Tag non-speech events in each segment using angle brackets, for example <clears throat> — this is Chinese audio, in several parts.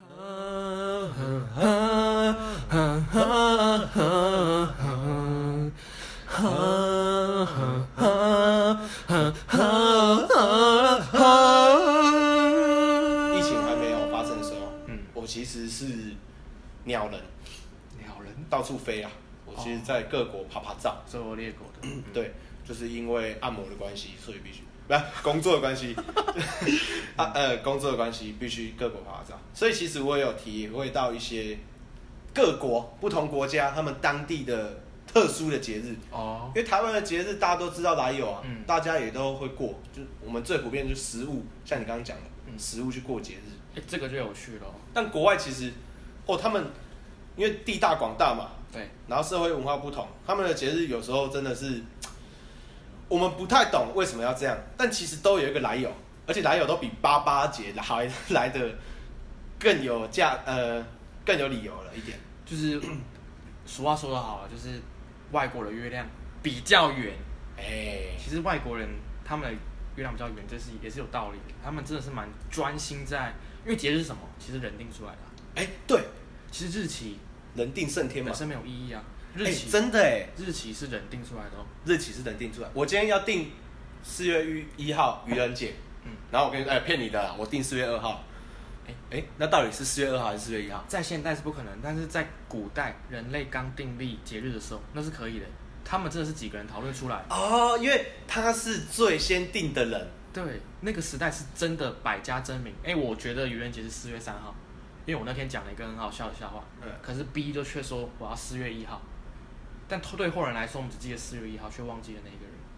<laughs> 嗯我其实是鸟人，鸟人，到处飞啊。我其实在各国拍拍照，周游列国的，嗯对，就是因为按摩的关系，所以必须不是工作的关 <laughs> 系，啊呃工作的关系必须各国拍拍照。所以其实我也有体会到一些各国不同国家他们当地的特殊的节日，哦因，为台湾的节日大家都知道来有啊，嗯大家也都会过，就我们最普遍就是食物，像你刚刚讲的，嗯食物去过节日。哎，这个就有趣了，但国外其实，哦，他们因为地大广大嘛，对，然后社会文化不同，他们的节日有时候真的是我们不太懂为什么要这样，但其实都有一个来由，而且来由都比八八节来来的更有价，呃，更有理由了一点。就是俗话说得好啊，就是外国的月亮比较圆，哎、其实外国人他们的月亮比较圆，这是也是有道理的，他们真的是蛮专心在，因为节日是什么？其实人定出来的啊、哎、对，其实日期人定胜天嘛本，身没有意义啊，哎、日期、真的哎、日期是人定出来的哦，日期是能定出来。我今天要定四月一一号愚人节，嗯然后我跟你哎骗、你的啦，我定四月二号。哎哎、那到底是四月二号还是四月一号？在现代是不可能，但是在古代人类刚订立节日的时候，那是可以的。他们真的是几个人讨论出来，哦，因为他是最先定的人。对，那个时代是真的百家争鸣。哎、我觉得愚人节是四月三号，因为我那天讲了一个很好笑的笑话，嗯可是 B 就却说我要四月一号，但对后人来说，我们只记得四月一号，却忘记了那一个人。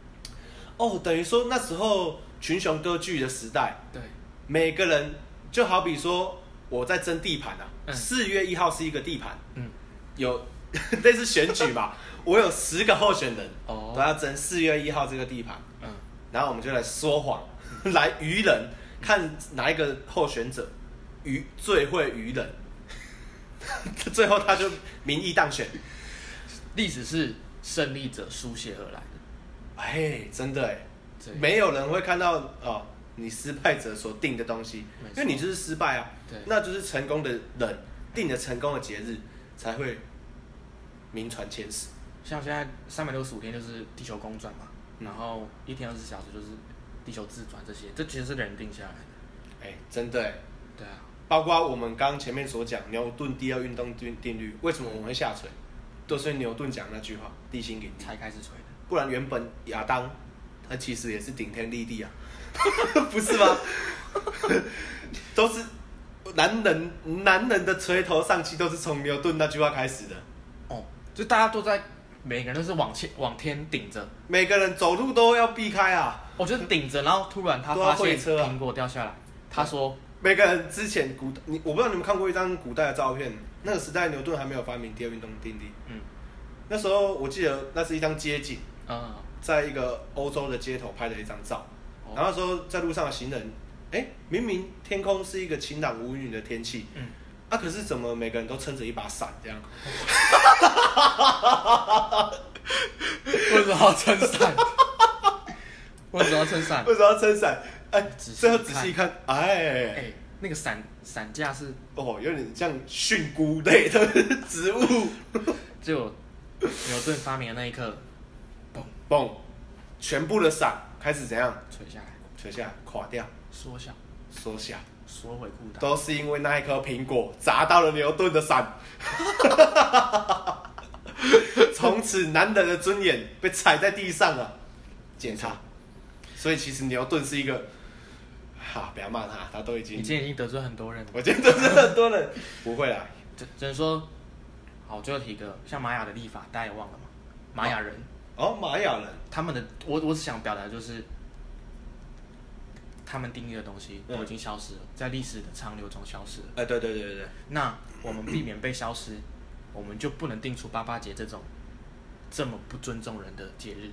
哦，等于说那时候群雄割据的时代，对，每个人就好比说我在争地盘啊，嗯四、月一号是一个地盘，嗯， <laughs> 有类似选举嘛，我有十个候选人，哦都要争四月一号这个地盘，嗯，然后我们就来说谎， <laughs> 来愚人，看哪一个候选者愚最会愚人， <laughs> 最后他就民意当选。历史是胜利者书写而来的。哎，真的哎，对没有人会看到哦，你失败者所定的东西，没因错为你就是失败啊。对那就是成功的人定了成功的节日，才会名传千史。像现在三百六十五天就是地球公转嘛，嗯然后一天二十四小时就是地球自转这些，这其实是人定下来的。哎，真的哎，对啊，包括我们刚刚前面所讲牛顿第二运动定定律，为什么我们会下垂，都是因为牛顿讲那句话“地心引力才开始吹的。”，不然原本亚当他其实也是顶天立地啊， <laughs> 不是吗？ <laughs> 都是男人男人的垂头丧气都是从牛顿那句话开始的。哦，就大家都在，每个人都是往前往天顶着，每个人走路都要避开啊。我觉得顶着，然后突然他对啊发现会车啊苹果掉下来，他说每个人之前古你我不知道你们看过一张古代的照片，那个时代牛顿还没有发明第二运动定律。嗯那时候我记得那是一张街景，嗯在一个欧洲的街头拍的一张照。哦然后那时候在路上的行人，哎、明明天空是一个晴朗无云的天气，嗯，啊，可是怎么每个人都撑着一把伞 <laughs> 这样？为什么要撑伞？ <laughs> 为什么要撑伞？为什么要撑伞？哎、仔细最后仔细看，哎、哎、那个伞伞架是哦，有点像蕈菇类的植 <laughs> 物，就牛顿发明的那一刻嘣，全部的伞开始怎样？垂下来，垂下来垮掉，缩小，缩小，缩回裤裆。都是因为那一颗苹果砸到了牛顿的伞。 <laughs> 从此，男人的尊严被踩在地上了，检查。所以，其实牛顿是一个，哈、不要骂他，他都已你经，今天已经得罪很多人了，我觉得是很多人不会啦。只只能说，好，最后提一个，像玛雅的历法，大家也忘了嘛，玛雅人。哦，玛雅人，他们的我我只想表达就是，他们定义的东西嗯都已经消失了，在历史的长流中消失了。哎、对对对对对，那我们避免被消失，我们就不能定出八八节这种这么不尊重人的节日。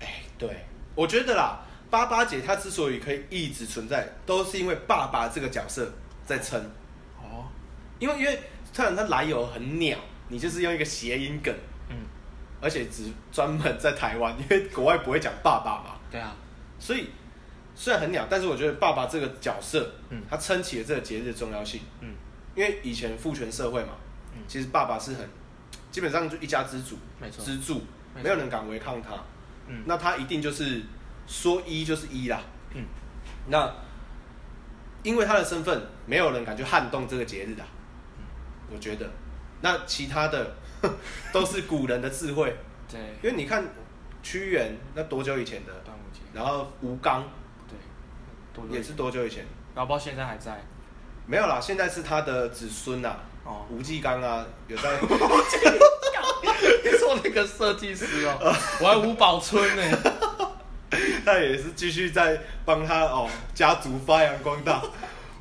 哎，对，我觉得啦，八八姐她之所以可以一直存在，都是因为爸爸这个角色在撑。哦，因为因为突然它来由很鸟，你就是用一个谐音梗，嗯，而且只专门在台湾，因为国外不会讲爸爸嘛，对啊，所以虽然很鸟，但是我觉得爸爸这个角色，嗯他撑起了这个节日的重要性，嗯因为以前父权社会嘛，嗯其实爸爸是很基本上就一家之主，没错支柱，没错没有人敢违抗他，嗯那他一定就是说一就是一啦，嗯，那因为他的身份，没有人敢去撼动这个节日啊。嗯我觉得，那其他的 <laughs> 都是古人的智慧，对，因为你看屈原那多久以前的，端午节，然后吴刚对，多多也是多久以前？搞不好现在还在没有啦，现在是他的子孙呐、。哦吴继刚啊，有在 <laughs> 你说那个设 <laughs> 计师哦，我还吴宝春呢、他也是继续在帮他哦家族发扬光大，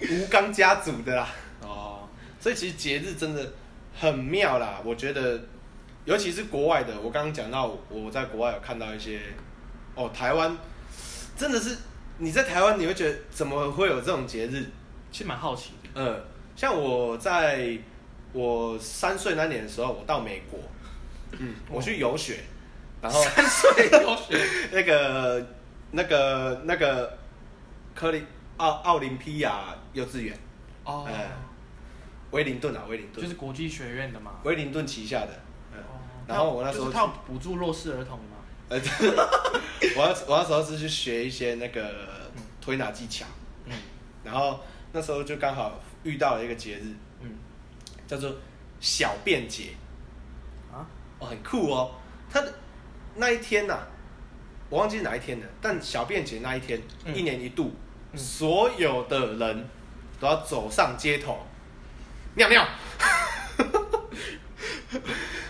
吴刚家族的啦。哦，所以其实节日真的很妙啦，我觉得，尤其是国外的，我刚刚讲到我在国外有看到一些，哦，台湾真的是你在台湾你会觉得怎么会有这种节日？其实蛮好奇的。嗯，像我在我三岁那年的时候，我到美国，嗯，我去游学，然后三岁游学，那个那个那个科林奥奥林匹亚幼稚园，哦，哎威灵顿啊，威灵顿就是国际学院的嘛。威灵顿旗下的。嗯哦然后我那时候就是他有补助弱势儿童嘛。呃， <laughs> 对我要我那时候是去学一些那个推拿技巧，嗯然后那时候就刚好遇到了一个节日，嗯叫做小便节，啊，哦，很酷哦。它的那一天呐、我忘记哪一天了，但小便节那一天，嗯一年一度，嗯所有的人都要走上街头尿尿， <laughs>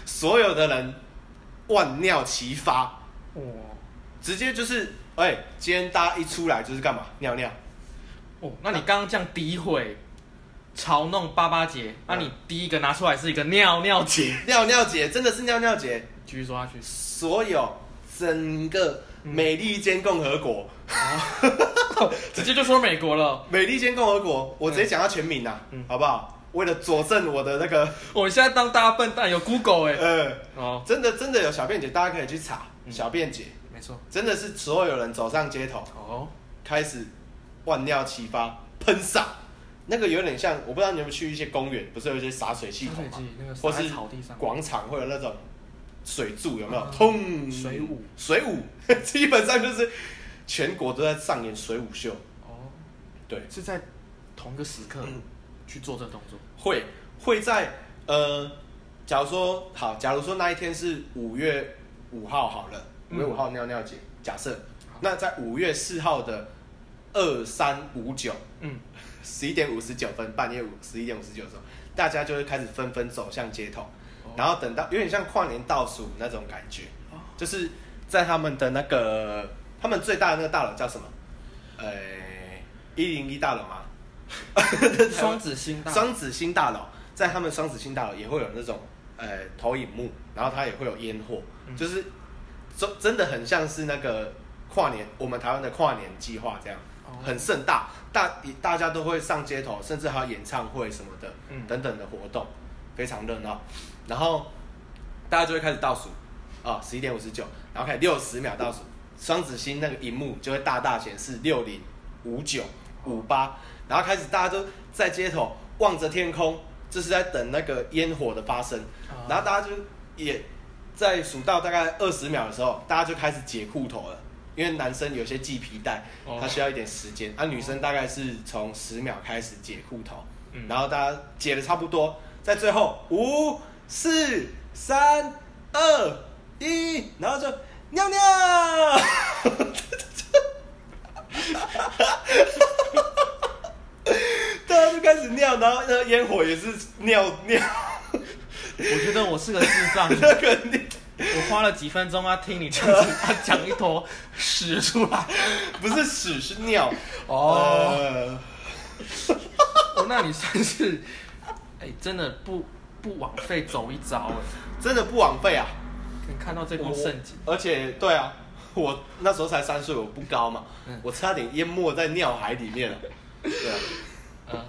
所有的人万尿齐发。哦直接就是，哎、今天大家一出来就是干嘛？尿尿。哦，那你刚刚这样诋毁、嘲弄八八嗯节，那你第一个拿出来是一个尿 <laughs> 尿节，尿尿节真的是尿尿节，继续说下去。所有整个美利坚共和国，直接就说美国了。美利坚共和国，我直接讲到全名呐、嗯好不好？为了佐证我的那 <laughs> 个，我哦现在当大家笨蛋，有 Google 哎、呃，哦，真的真的有小便节，大家可以去查、嗯小便节，没错。真的是所有人走上街头，哦，开始万尿齐发，喷洒。那个有点像，我不知道你有没有去一些公园，不是有一些洒水系洒统水吗？器那个或洒是在草地上，广场会有那种水柱，有没有嗯？通水舞水舞 <laughs> 基本上就是全国都在上演水舞秀，哦，对，是在同个时刻嗯去做这个动作。会会在呃，假如说好，假如说那一天是五月五号好了，五嗯月五号尿尿节，假设好那在五月四号的二三五九嗯，十一点五十九分，半夜五十一点五十九的时候，大家就会开始纷纷走向街头，然后等到有点像跨年倒数那种感觉，哦就是在他们的那个他们最大的那个大楼叫什么？呃，一零一大楼吗？ <laughs> 双子星大双子星大楼，在他们双子星大楼也会有那种呃投影幕，然后它也会有烟火，嗯就是真真的很像是那个跨年，我们台湾的跨年计划这样，哦很盛大，大大家都会上街头，甚至还有演唱会什么的，嗯等等的活动，非常热闹。然后大家就会开始倒数，啊、1十一点五十九，然后开始六十秒倒数，双子星那个荧幕就会大大显示六零五九五八，然后开始大家都在街头望着天空，这是在等那个烟火的发生，啊然后大家就也在数到大概二十秒的时候，大家就开始解裤头了。因为男生有些系皮带哦，他需要一点时间，啊，女生大概是从十秒开始解裤头，嗯然后大家解的差不多，在最后五、四、三、二、一，然后就尿尿。大家就开始尿，然后那个烟火也是尿尿我觉得我是个智障，那个尿， <laughs> 我花了几分钟啊听你这样子，他讲一坨屎出来。 <laughs> 不是屎是尿哦，呃哦那你算是，哎、真的不不枉费走一遭哎、真的不枉费啊！你看到这波盛景，而且对啊， <laughs> 我那时候才三岁，我不高嘛，嗯我差点淹没在尿海里面了。对啊，呃，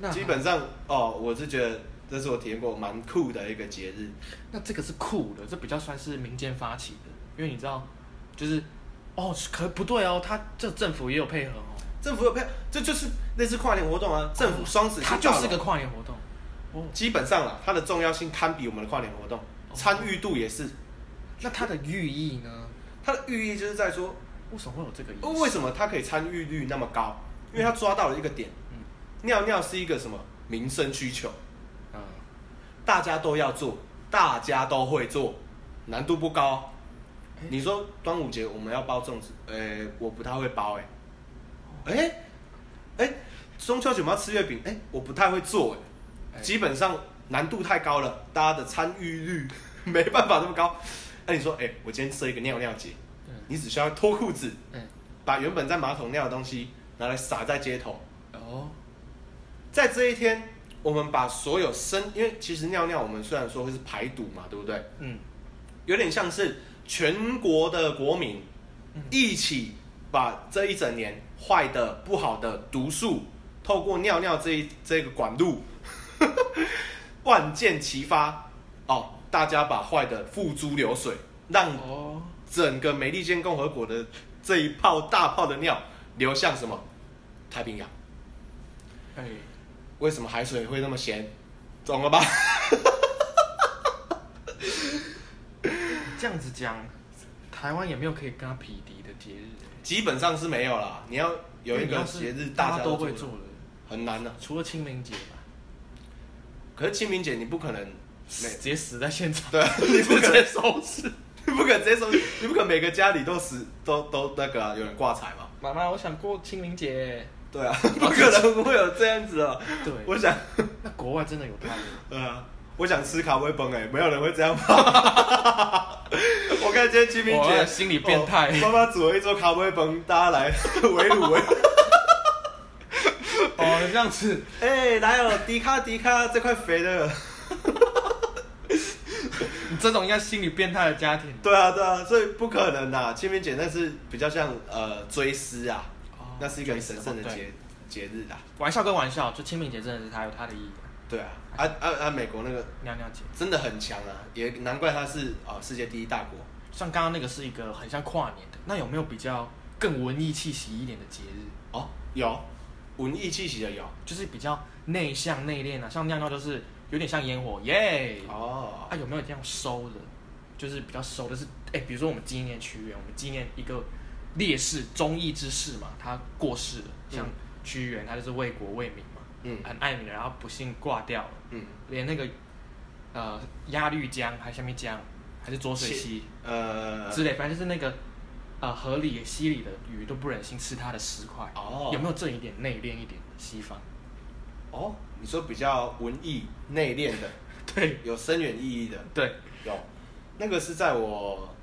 那基本上哦，我是觉得这是我体验过蛮酷的一个节日。那这个是酷的，这比较算是民间发起的，因为你知道，就是哦，可不对哦，他这政府也有配合哦，政府有配，这就是类似跨年活动啊。政府双十，它哦就是个跨年活动，哦，基本上啊啦，它的重要性堪比我们的跨年活动，参与度也是。那它的寓意呢？它的寓意就是在说，为什么会有这个意思？为什么它可以参与率那么高？因为他抓到了一个点嗯，尿尿是一个什么民生需求，嗯，大家都要做，大家都会做，难度不高。你说端午节我们要包粽子，呃、我不太会包、哎，哎、哎、中秋节我们要吃月饼，哎、我不太会做、哎、哎基本上难度太高了，大家的参与率 <laughs> 没办法那么高。那、你说，哎、我今天设一个尿尿节，对，你只需要脱裤子，嗯，把原本在马桶尿的东西拿来洒在街头，哦，在这一天，我们把所有生，因为其实尿尿我们虽然说会是排毒嘛，对不对？嗯，有点像是全国的国民嗯一起把这一整年坏的、不好的毒素，透过尿尿这一这个管路， <laughs> 万箭齐发哦，大家把坏的付诸流水，让哦，整个美利坚共和国的这一泡大泡的尿流向什么？太平洋。哎，为什么海水会那么咸？懂了吧？这样子讲，台湾也没有可以跟他匹敌的节日，基本上是没有啦。你要有一因为你个要是节日大家做都会的做的，很难的、除了清明节吧，可是清明节你不可能每直接死在现 <laughs> 场，<laughs> 对，你不可能直接收拾。你不可能直接说，你不可能每个家里都死都都那个啊、有人挂彩嘛？妈妈，我想过清明节。对 <laughs> 啊，不可能会有这样子啊。哦对，我想， <laughs> 那国外真的有他们。对啊，我想吃卡威崩哎，没有人会这样吧？ <laughs> 我看今天清明我节要心理变态哦妈妈煮了一桌卡威崩，大家来围炉欸 <laughs> 围。 <laughs> 哦，这样子，哎、来哦，迪卡迪卡，这块肥的。你这种应该心理变态的家庭。对啊，对啊，所以不可能呐、清明节那是比较像呃追思啊，哦那是一个神圣的节对节日啊。玩笑跟玩笑，就清明节真的是它有它的意义啊、对啊，啊啊啊！美国那个尿尿节，真的很强啊，也难怪它是啊、世界第一大国。像刚刚那个是一个很像跨年的，那有没有比较更文艺气息一点的节日？哦，有文艺气息的有。就是比较内向内敛啊，像尿尿就是有点像烟火耶。哦啊，，有没有这样收的？就是比较收的是，哎、比如说我们纪念屈原，我们纪念一个烈士、忠义之士嘛，他过世了，像嗯屈原，他就是为国为民嘛，嗯很爱民的，然后不幸挂掉了，嗯，连那个呃鸭绿江还是下面江还是浊水溪呃，之类，反正就是那个呃河里溪里的鱼都不忍心吃它的尸块。哦有没有这一点内敛一点的西方？哦，你说比较文艺内敛 <laughs> 的，对有深远意义的，对有，那个是在我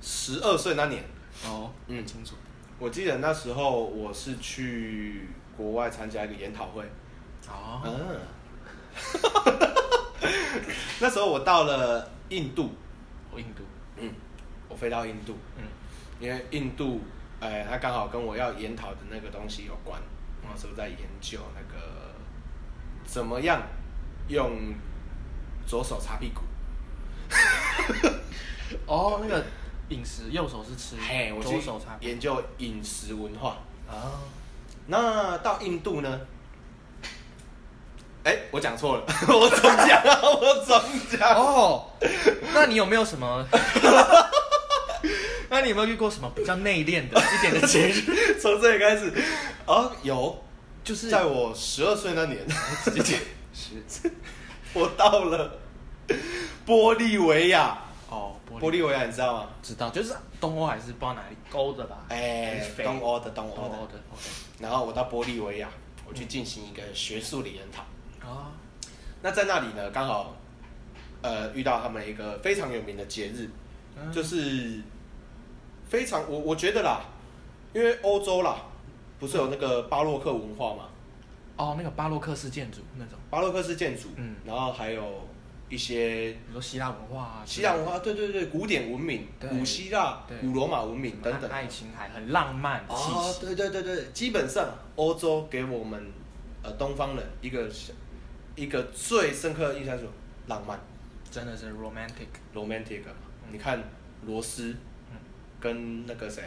十二岁那年，哦，嗯很清楚。我记得那时候我是去国外参加一个研讨会，哦，嗯， <laughs> 那时候我到了印度，我印度，嗯，我飞到印度，嗯因为印度，呃，它刚好跟我要研讨的那个东西有关，我那时候在研究那个怎么样用左手擦屁股，哦，那个饮食，右手是吃，嘿，我左去手擦。研究饮食文化，啊，那到印度呢？哎、我讲错了， <laughs> 我总讲啊，我总讲。哦，那你有没有什么？ <laughs> 那你有没有遇过什么比较内敛的一点的节日？从这里开始，哦，有，就是在我十二岁那年，直接是 <laughs> 我到了玻利维亚。哦，玻璃玻利维亚你知道吗？知道，就是东欧还是不知道哪里勾的吧？哎、很肥东欧的东东欧欧的。的，OK。然后我到玻利维亚，我去进行一个学术的研讨。啊，那在那里呢，刚好呃遇到他们一个非常有名的节日，嗯就是非常我我觉得啦，因为欧洲啦，不是有那个巴洛克文化嘛，哦，那个巴洛克式建筑那种，巴洛克式建筑，嗯然后还有一些比如说希腊文化啊，希腊文化，对对对，古典文明、对古希腊对、古罗马文之类明的等等。爱琴海很浪漫气哦，息，对对对对，基本上欧洲给我们呃东方人一个一个最深刻的印象就是浪漫真的是 romantic。 （romantic） 嘛。你看罗斯嗯跟那个谁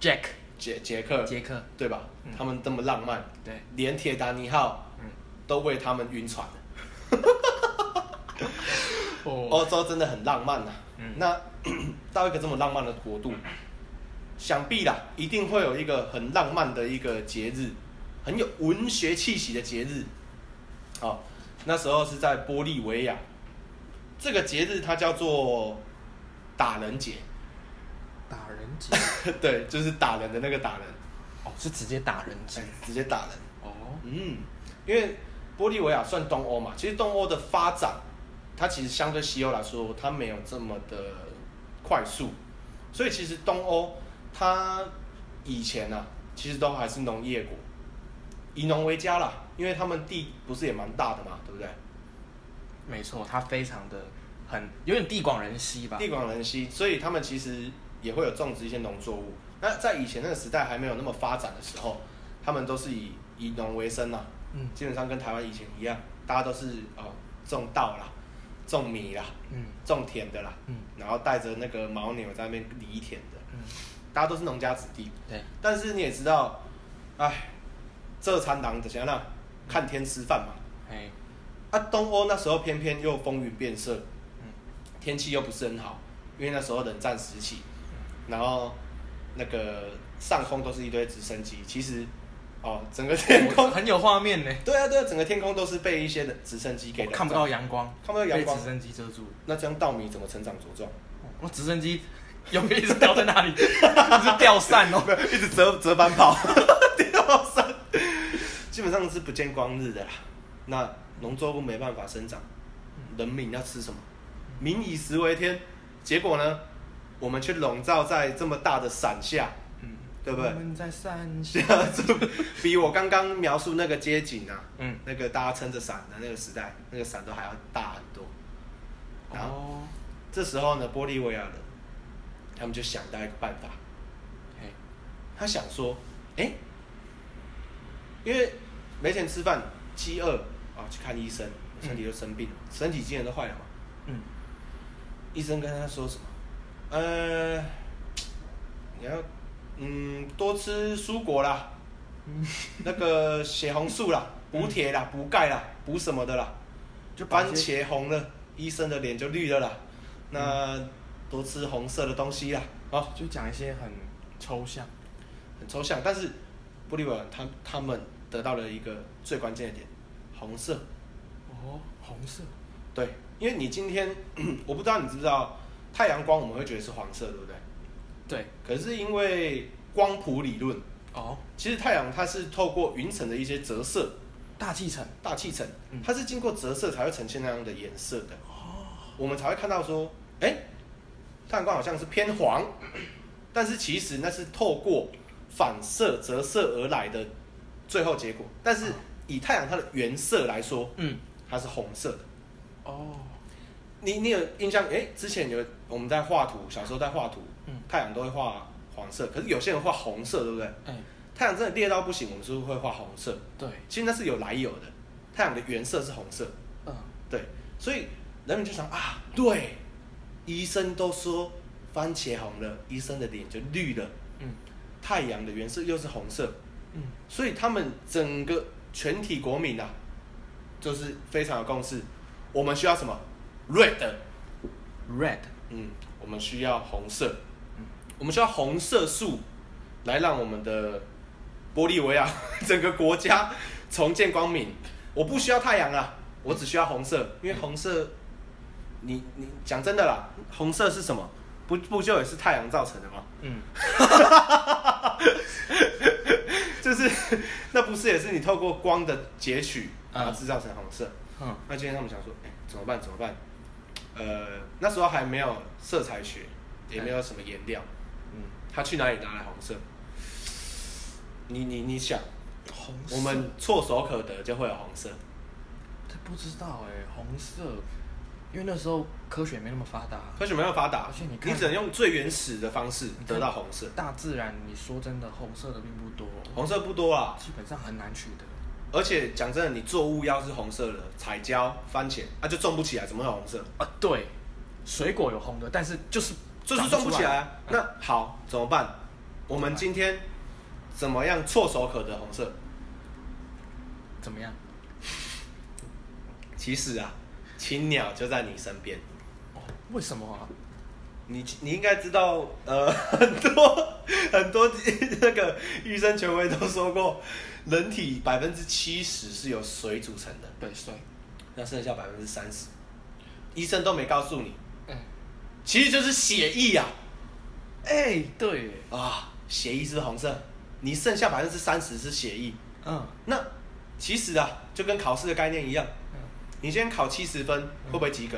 Jack 杰杰克，杰克，对吧嗯？他们这么浪漫，对，连铁达尼号嗯，都为他们晕船。哦，哦欧洲真的很浪漫呐、啊嗯 <coughs> 那到一个这么浪漫的国度，想必啦，一定会有一个很浪漫的一个节日，很有文学气息的节日。好、那时候是在玻利维亚，这个节日它叫做打人节， <laughs> 打人节对，就是打人的那个打人，哦，是直接打人节哎，直接打人。哦，嗯，因为玻利维亚算东欧嘛，其实东欧的发展，它其实相对西欧来说，它没有这么的快速，所以其实东欧它以前啊，其实都还是农业国，以农为家啦，因为他们地不是也蛮大的嘛，对不对？没错，它非常的很有点地广人稀吧地。广人稀，所以他们其实也会有种植一些农作物。那在以前那个时代还没有那么发展的时候，他们都是以以农为生啊，嗯基本上跟台湾以前一样，大家都是哦种稻啦、种米啦、嗯种田的啦，嗯然后带着那个牦牛在那边犁田的，嗯，大家都是农家子弟。对，但是你也知道，哎，这餐堂怎样啦？看天吃饭嘛。哎， <laughs> 啊，东欧那时候偏偏又风云变色，嗯天气又不是很好，因为那时候冷战时期，然后那个上空都是一堆直升机，其实哦，整个天空，很有画面呢，对啊对啊，整个天空都是被一些的直升机给我看不笼罩到，阳光，看不到阳光哦被直升机遮住了。那这样稻米怎么成长茁壮？我直升机永远一直掉在那里，是掉散哦。 <laughs> 一直折折返 <laughs> 跑，掉伞，基本上是不见光日的啦。那农作物没办法生长，人民要吃什么？民以食为天。结果呢，我们却笼罩在这么大的伞下，嗯，对不对我？们在山下这。比我刚刚描述那个街景啊，嗯，那个大家撑着伞的那个时代，那个伞都还要大很多。然后哦，这时候呢，玻利维亚人他们就想到一个办法，嘿，他想说，哎、因为没钱吃饭，饥饿啊，去看医生，身体就生病了，身体机能都坏了嘛。嗯，医生跟他说什么？呃，你要嗯多吃蔬果啦，嗯那个血红素啦，补铁啦，补钙啦，补什么的啦。就把番一些茄红了，医生的脸就绿了啦。那、多吃红色的东西啦，哦，就讲一些很抽象。很抽象，但是玻利维亚他他们得到了一个最关键的点，红色。哦，红色。对，因为你今天 <clears throat> 我不知道你知不知道，太阳光我们会觉得是黄色，对不对？对，可是因为光谱理论，哦，其实太阳它是透过云层的一些折射，大气层。大气层嗯，哦它是经过折射才会呈现那样的颜色的。我们才会看到说，哎、太阳光好像是偏 <laughs> 黄，但是其实那是透过反射折射而来的最后结果。但啊是以太阳它的原色来说，嗯，它是红色的。哦，你你有印象？哎、之前有我们在画图，小时候在画图，嗯太阳都会画黄色，可是有些人画红色，对不对？哎，太阳真的烈到不行，我们是不是会画红色？对，其实那是有来由的，太阳的原色是红色，嗯，对，所以人们就想啊，对，医生都说番茄红了，医生的脸就绿了，嗯，太阳的原色又是红色，嗯，所以他们整个全体国民啊，就是非常有共识，我们需要什么？red， Red，嗯，我们需要红色，嗯我们需要红色素来让我们的玻利维亚 <laughs> 整个国家重见光明。我不需要太阳啊，我只需要红色，因为红色，你你讲真的啦，红色是什么？不不就也是太阳造成的吗？ <laughs> 嗯，就是那不是也是你透过光的截取，嗯然后制造成红色。嗯，那今天他们想说，哎、怎么办？怎么办？呃，那时候还没有色彩学，也没有什么颜料，嗯，他去哪里拿来红色？你你你想，红色。我们唾手可得就会有红色，这不知道哎，红色，因为那时候科学没那么发达。科学没有发达而且，你看你只能用最原始的方式你看得到红色。大自然，你说真的，红色的并不多，红色不多啊，基本上很难取得。而且讲真的，你作物要是红色的，彩椒、番茄，啊就种不起来，怎么会有红色？啊，对，水果有红的，但是就是就是长种不出起来啊。嗯那好，怎么办？我们今天怎么样唾手可得红色？怎么样？其实啊，青鸟就在你身边。哦，为什么啊？你你应该知道，呃， <laughs> 很多很多那个医生权威都说过，人体百分之七十是由水组成的，对，水，那剩下百分之三十，医生都没告诉你，嗯，其实就是血液啊，哎、对耶，啊，血液是红色，你剩下百分之三十是血液，嗯那其实啊，就跟考试的概念一样，嗯，你今天考七十分会不会及格？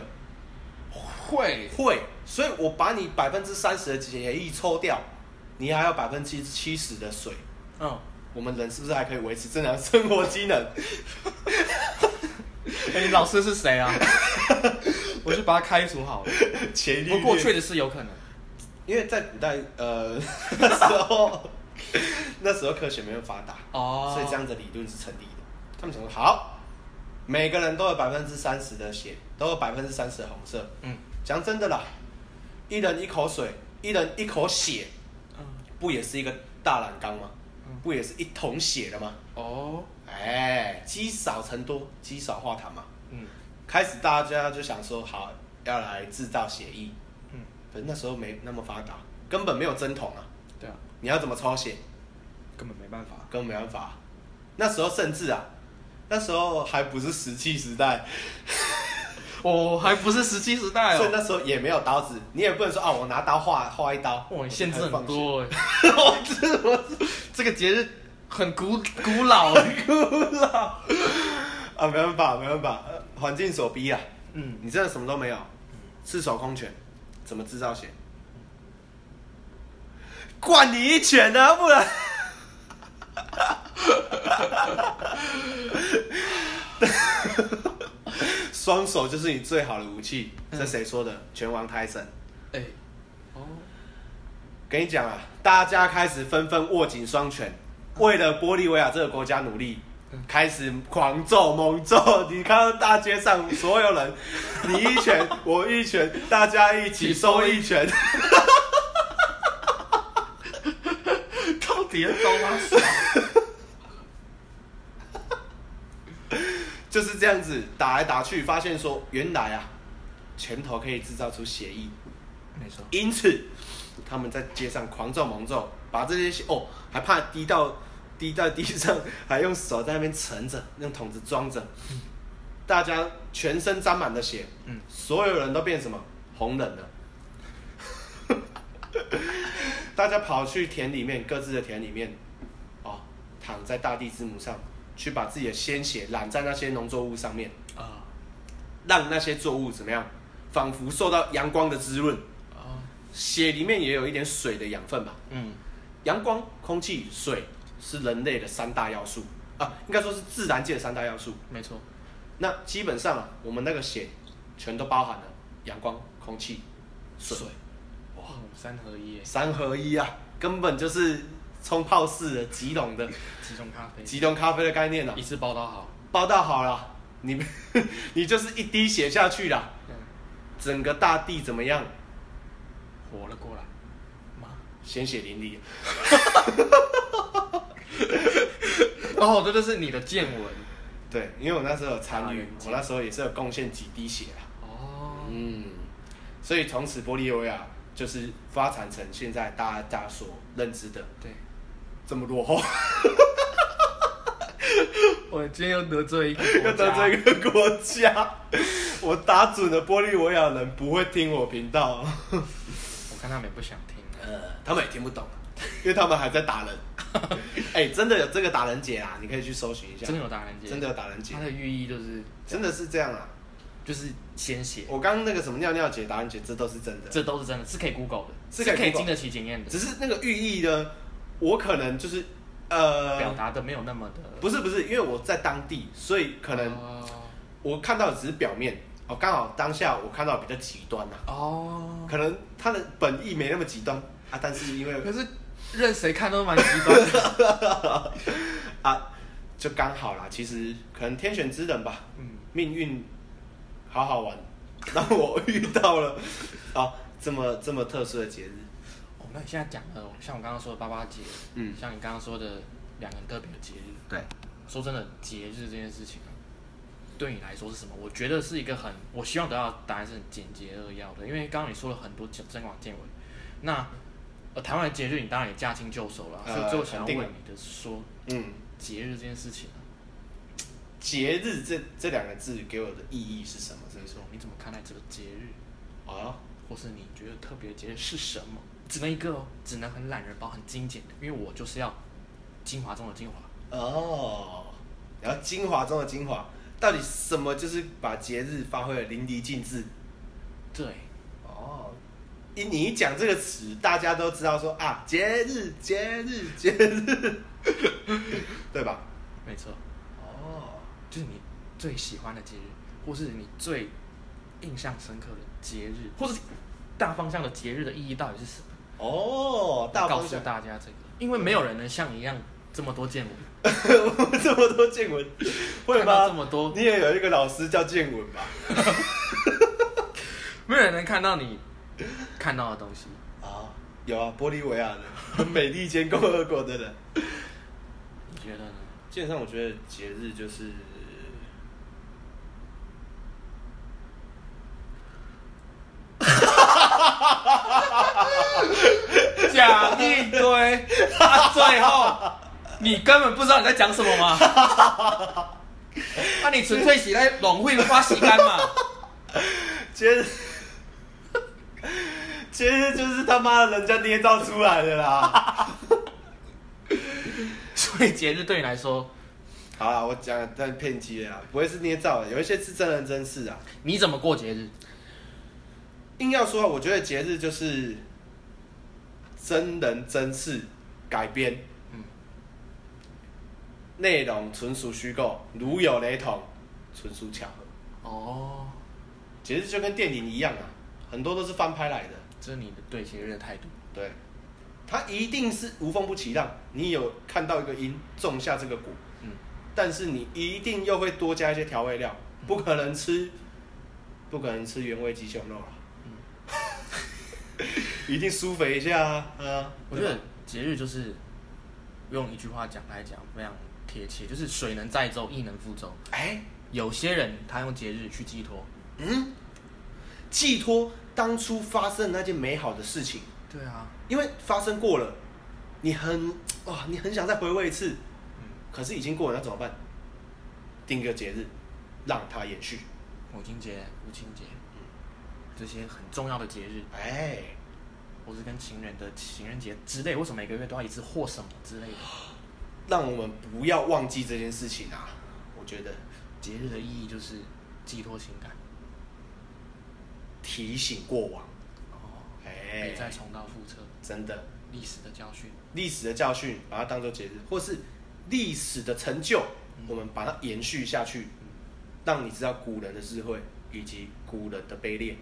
会，会，所以我把你百分之三十的血液抽掉，你还有百分之七十的水，嗯，我们人是不是还可以维持正常生活机能？哎、你老师是谁啊？ <laughs> 我去把他开除好了。前不过确实是有可能，因为在古代，呃，那时候 <laughs> 那时候科学没有发达，哦所以这样的理论是成立的。他们想说，好，每个人都有百分之三十的血，都有百分之三十的红色。嗯讲真的啦，一人一口水，一人一口血，嗯，不也是一个大染缸吗嗯？不也是一桶血了吗？哦，哎，积少成多，积少化痰嘛。嗯开始大家就想说，好，要来制造血液，嗯，可是那时候没那么发达，根本没有针筒啊，对啊，你要怎么抽血？根本没办法。根本没办法、那时候甚至啊，那时候还不是石器时代，哦，还不是石器时代所以哦。那时候也没有刀子，你也不能说啊，我拿刀划划一刀，哇，我你就限开制始很放血。多哎。 <laughs> 这个节日很古古老。 <laughs> 啊，没办法，没办法，呃环境所逼啊，嗯，你真的什么都没有，赤手空拳，怎么制造血？灌你一拳啊，不然。 <laughs> 双手就是你最好的武器，这谁说的？拳王泰森。 <laughs> 哎、哦，跟你讲啊，大家开始纷纷握紧双拳，为了玻利维亚这个国家努力，开始狂揍猛揍。你看到大街上所有人，你一拳我一拳，大家一起收一拳，到底在高吗？就是这样子打来打去，发现说原来啊，拳头可以制造出血液，没错，因此他们在街上狂揍猛揍，把这些血哦还怕滴到滴到地上，还用手在那边盛着，用桶子装着，大家全身沾满了血，嗯所有人都变什么红人了。 <laughs> 大家跑去田里面，各自的田里面，哦，躺在大地之母上，去把自己的鲜血染在那些农作物上面，啊让那些作物怎么样，仿佛受到阳光的滋润，啊，血里面也有一点水的养分吧。嗯，阳光、空气、水是人类的三大要素啊，应该说是自然界的三大要素。没错，那基本上啊，我们那个血全都包含了阳光、空气、水，哇，三合一耶，三合一啊，根本就是冲泡式的极拢的几种咖啡，极浓咖啡的概念啊一。次报道好。报道好了，你 <laughs> 你就是一滴血下去啦，嗯，整个大地怎么样？活了过来。妈，鲜血淋漓。哦，这就是你的见闻。对，因为我那时候有参大与人，我那时候也是有贡献几滴血啦。哦，嗯，所以从此玻利维亚就是发展成现在大家所认知的对，这么落后，我今天又得罪一个 <laughs> 又得罪一个国家。我打准了玻利维亚人不会听我频道，我看他们也不想听。呃，他们也听不懂， <laughs> 因为他们还在打人。 <laughs> 哎、真的有这个打人节啊，你可以去搜寻一下，真的有打人节，真的有打人节它，的寓意就是真的是这样啊。就是鲜血，我刚刚那个什么尿尿节、打人节，这都是真的。这都是真的，是可以 Google 的，是是可以 Google 经得起检验的只，是那个寓意呢，我可能就是呃，表达的没有那么的不是不是，因为我在当地，所以可能哦我看到的只是表面。哦，刚好当下我看到比较极端呐、哦，可能他的本意没那么极端啊，但是因为可是任谁看都蛮极端的，啊，就刚好啦。其实可能天选之人吧，嗯，命运好好玩， <laughs> 让我遇到了啊这么这么特殊的节日。 <laughs> 哦，那你现在讲的，像我刚刚说的八八节，嗯像你刚刚说的两个很特别的节日，对说真的，节日这件事情啊，对你来说是什么？我觉得是一个很，我希望得到的答案是很简洁扼要的，因为刚刚你说了很多增广见闻。那呃，台湾的节日你当然也驾轻就熟了啊，所以呃最后想要肯问定你的是说，嗯，节日这件事情啊，节日这这两个字给我的意义是什么？是所不以是说你怎么看待这个节日，啊，或是你觉得特别的节日是什么？只能一个哦，只能很懒人包，很精简的，因为我就是要精华中的精华。哦，然后精华中的精华，到底什么就是把节日发挥的淋漓尽致？对，哦，一你一讲这个词，大家都知道说啊，节日节日节日， <laughs> 对吧？没错，哦，就是你最喜欢的节日，或是你最印象深刻的节日，或是大方向的节日的意义到底是什么？哦，大告方诉向， <laughs> 大家这个，因为没有人能像你一样这么多见闻，这么多见闻，会看吗？到这么多你也有一个老师叫见闻吧？没有人能看到你看到的东西。啊，有啊，玻利维亚的美利坚共和国的人。你觉得呢？基本上，我觉得节日就是讲一堆，啊，最后你根本不知道你在讲什么 <laughs> 嘛？那、你纯粹是在浪费花时间嘛？节日，节日就是他妈的人家捏造出来的 <laughs> 啦。 <laughs> 所以节日对你来说，好啦，我讲但骗机的啦，不会是捏造的，有一些是真人真事啊。你怎么过节日？硬要说，我觉得节日就是真人真事改编，嗯内容纯属虚构，如有雷同，纯属巧合。哦，节日就跟电影一样啊，很多都是翻拍来的。这是你的对节日的态度。对，它一定是无风不起浪。你有看到一个因，种下这个果，嗯，但是你一定又会多加一些调味料，嗯不可能吃，不可能吃原味鸡胸肉啊， <laughs> 一定舒肥一下啊，啊嗯我觉得节日就是用一句话讲来讲非常贴切，就是水能载舟，亦能覆舟。哎，有些人他用节日去寄托，嗯，寄托当初发生的那件美好的事情，对啊，因为发生过了，你很哇，你很想再回味一次，嗯，可是已经过了，那怎么办？定个节日，让它延续。母亲节、父亲节，这些很重要的节日，哎，或是跟情人的情人节之类，为什么每个月都要一次或什么之类的？让我们不要忘记这件事情啊！我觉得节日的意义就是寄托情感，提醒过往，哦，哎别，再重蹈覆辙，真的历史的教训。历史的教训，把它当做节日，或是历史的成就嗯，我们把它延续下去，让你知道古人的智慧以及古人的卑劣。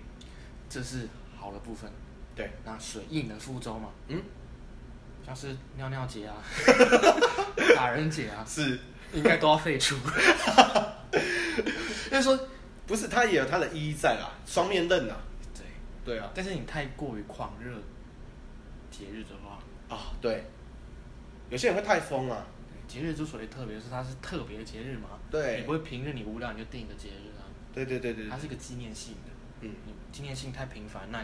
这是好的部分。对，那水亦能覆舟嘛，嗯，像是尿尿 <laughs> 节啊、打人节啊，是应该都要废除。就是说，不是？它也有它的意义在啦，双面刃啊，对，对啊，但是你太过于狂热节日的话，啊对，有些人会太疯啊，对节日之所以特别，是它是特别的节日嘛。对你不会平日你无聊你就定一个节日啊，对对对对，它对是一个纪念性的。嗯，你纪念性太频繁，那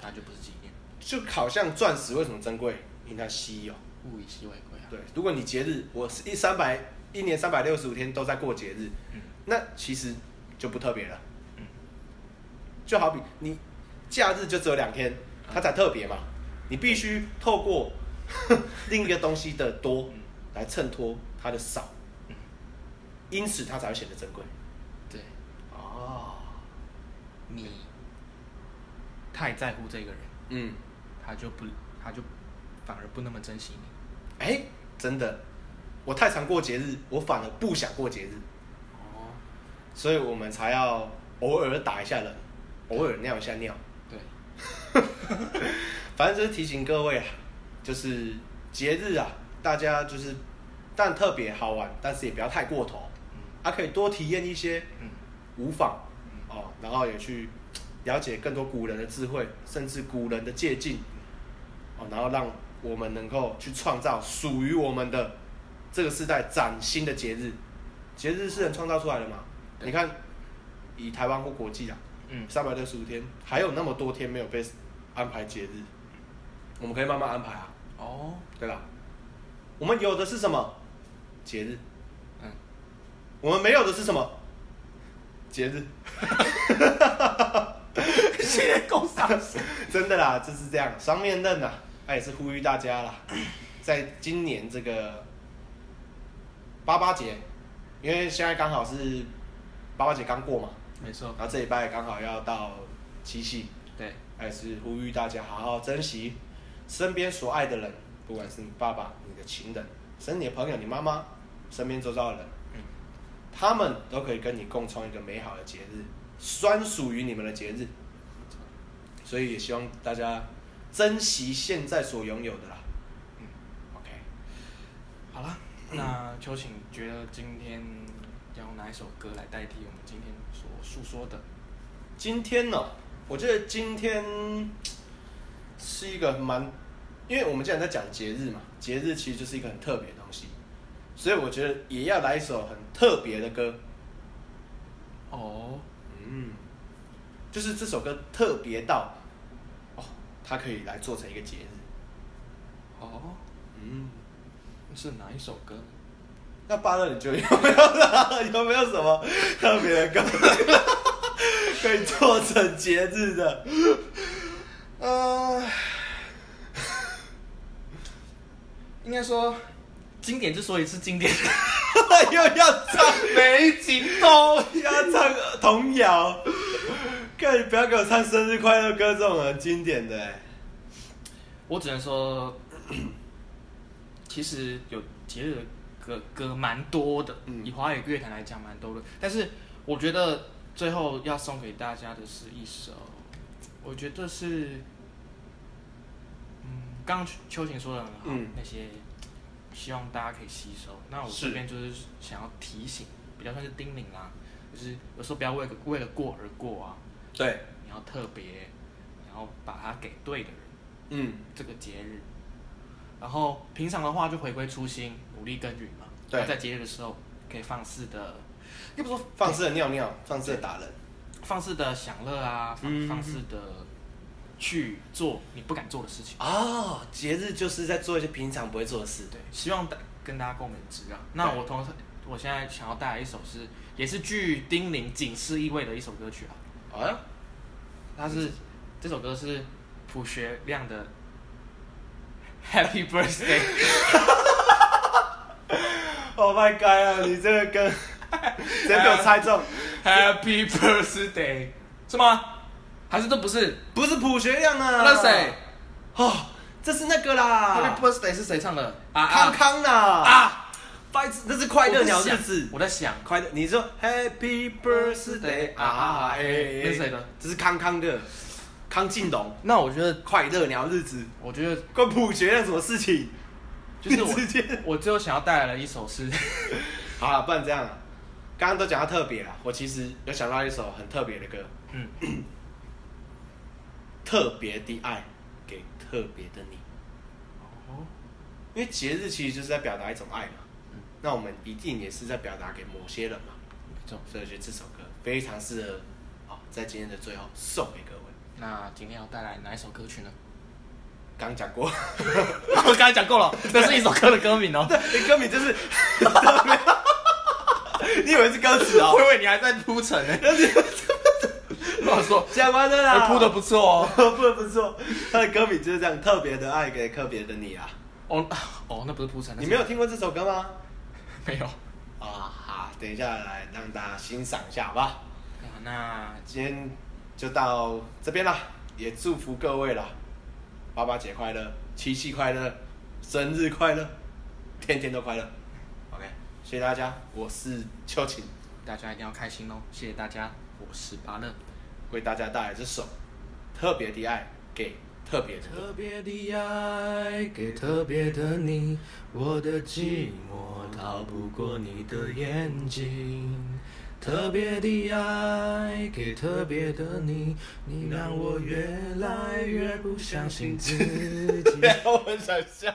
它就不是纪念，就好像钻石为什么珍贵，因为它稀有。物以稀为贵啊。对，如果你节日，我是一三百一年三百六十五天都在过节日，嗯那其实就不特别了。嗯就好比你假日就只有两天，嗯它才特别嘛。你必须透过 <laughs> 另一个东西的多嗯来衬托它的少，嗯，因此它才会显得珍贵。对。哦，你太在乎这个人，嗯，他就不，他就反而不那么珍惜你。哎、真的，我太常过节日，我反而不想过节日，哦，所以我们才要偶尔打一下人，偶嗯尔尿一下尿。对，反正就是提醒各位啊，就是节日啊，大家就是，但特别好玩，但是也不要太过头，嗯啊，可以多体验一些嗯，无妨哦，然后也去了解更多古人的智慧，甚至古人的借鉴，哦，然后让我们能够去创造属于我们的这个时代崭新的节日。节日是人创造出来的嘛？对你看，以台湾或国际啊，嗯，三百六十五天，还有那么多天没有被安排节日，我们可以慢慢安排啊，哦，对吧？我们有的是什么节日？嗯， <laughs> 我们没有的是什么节日？ <laughs> 谢够上心。真的啦，就是这样。双面刃呐、他也是呼吁大家啦， <clears throat> 在今年这个八八节，因为现在刚好是八八节刚过嘛，没错，然后这礼拜刚好要到七夕，对，他也是呼吁大家好好珍惜身边所爱的人，不管是你爸爸、你的情人，甚至你的朋友、你妈妈，身边周遭的人，嗯他们都可以跟你共创一个美好的节日，专属于你们的节日。所以也希望大家珍惜现在所拥有的啦。嗯， OK，好 <clears throat> 啦，那秋请觉得今天要用哪一首歌来代替我们今天所诉说的？今天呢、我觉得今天是一个蛮，因为我们既然在讲节日嘛，节日其实就是一个很特别的东西，所以我觉得也要来一首很特别的歌。哦，嗯，就是这首歌特别到，哦，它可以来做成一个节日。哦，嗯，是哪一首歌？那巴勒你觉得有没有 <laughs> 有没有什么特别的歌 <laughs> 可以做成节日的？ <laughs> 呃，应该说，经典之所以是经 <laughs> 典，又要唱每一集都又要唱童谣，看你不要给我唱生日快乐歌这种很经典的、欸。我只能说， <clears throat> 其实有节日的歌歌蛮多的，嗯以华语乐坛来讲蛮多的。但是我觉得最后要送给大家的是一首，我觉得是，嗯，刚刚秋晴说的很好，嗯那些希望大家可以吸收。那我这是边就是想要提醒，比较算是叮咛啦，就是有时候不要为了为了过而过啊，对，你要特别，然后把它给对的人。嗯，这个节日。然后平常的话就回归初心，努力耕耘嘛。对那在节日的时候可以放肆的，又不是说放肆的尿尿，放肆的打人，放肆的享乐啊，放、嗯放肆的去做你不敢做的事情。哦，节日就是在做一些平常不会做的事。对，希望大跟大家共勉之啊。那对我同时，我现在想要带来一首是，也是具叮咛警示意味的一首歌曲啊。啊，它嗯是这首歌是朴学亮的《Happy Birthday》。 Oh my god 啊！你这个 <laughs> 跟直接被我猜中， Happy birthday，是吗？还是这不是？不是朴学亮啊？那谁、哦，这是那个 h a p 啦 p y，birthday 是谁唱的？啊康康啦！啊！白痴，那是快乐鸟日子。我在想，快乐，你说 Happy Birthday 啊？哎，哎那是谁的？这是康康的，康靖龙。那我觉得，快乐鸟日子，我觉得关朴学亮什么事情？就是你直接我，我最后想要带来的一首是，好了，不然这样啊，刚刚都讲到特别了，我其实有想到一首很特别的歌，嗯， 《 <clears throat> 特别的爱给特别的你》，哦，因为节日其实就是在表达一种爱嘛嗯，那我们一定也是在表达给某些人嘛，没错。所以我觉得这首歌非常适合，好，在今天的最后送给各位。 <laughs> 那今天要带来哪一首歌曲呢？刚讲过，我刚才讲 <laughs> 过了，这是一首歌的歌名哦。你歌名就是， <laughs> 你以为是歌词我哦？以为你还在铺陈呢。乱 <laughs> 说，讲完了啦，哎铺的不错哦。不得不错，他的歌名就是这样，特别的爱给特别的你啊。哦哦，那不是铺陈，那你是没有听过这首歌吗？没有。啊，好，等一下来让大家欣赏一下，好吧？啊那今天就到这边啦，也祝福各位啦，爸爸节快乐，七夕快乐，生日快乐，天天都快乐。OK，谢谢大家，我是秋晴，大家一定要开心哦！谢谢大家，我是巴乐。为大家带来这首《特别的爱》给特别的你。特别的爱给特别的你，我的寂寞逃不过你的眼睛。特别的爱给特别的你，你让 <laughs> 我越来越不相信自己。我想笑。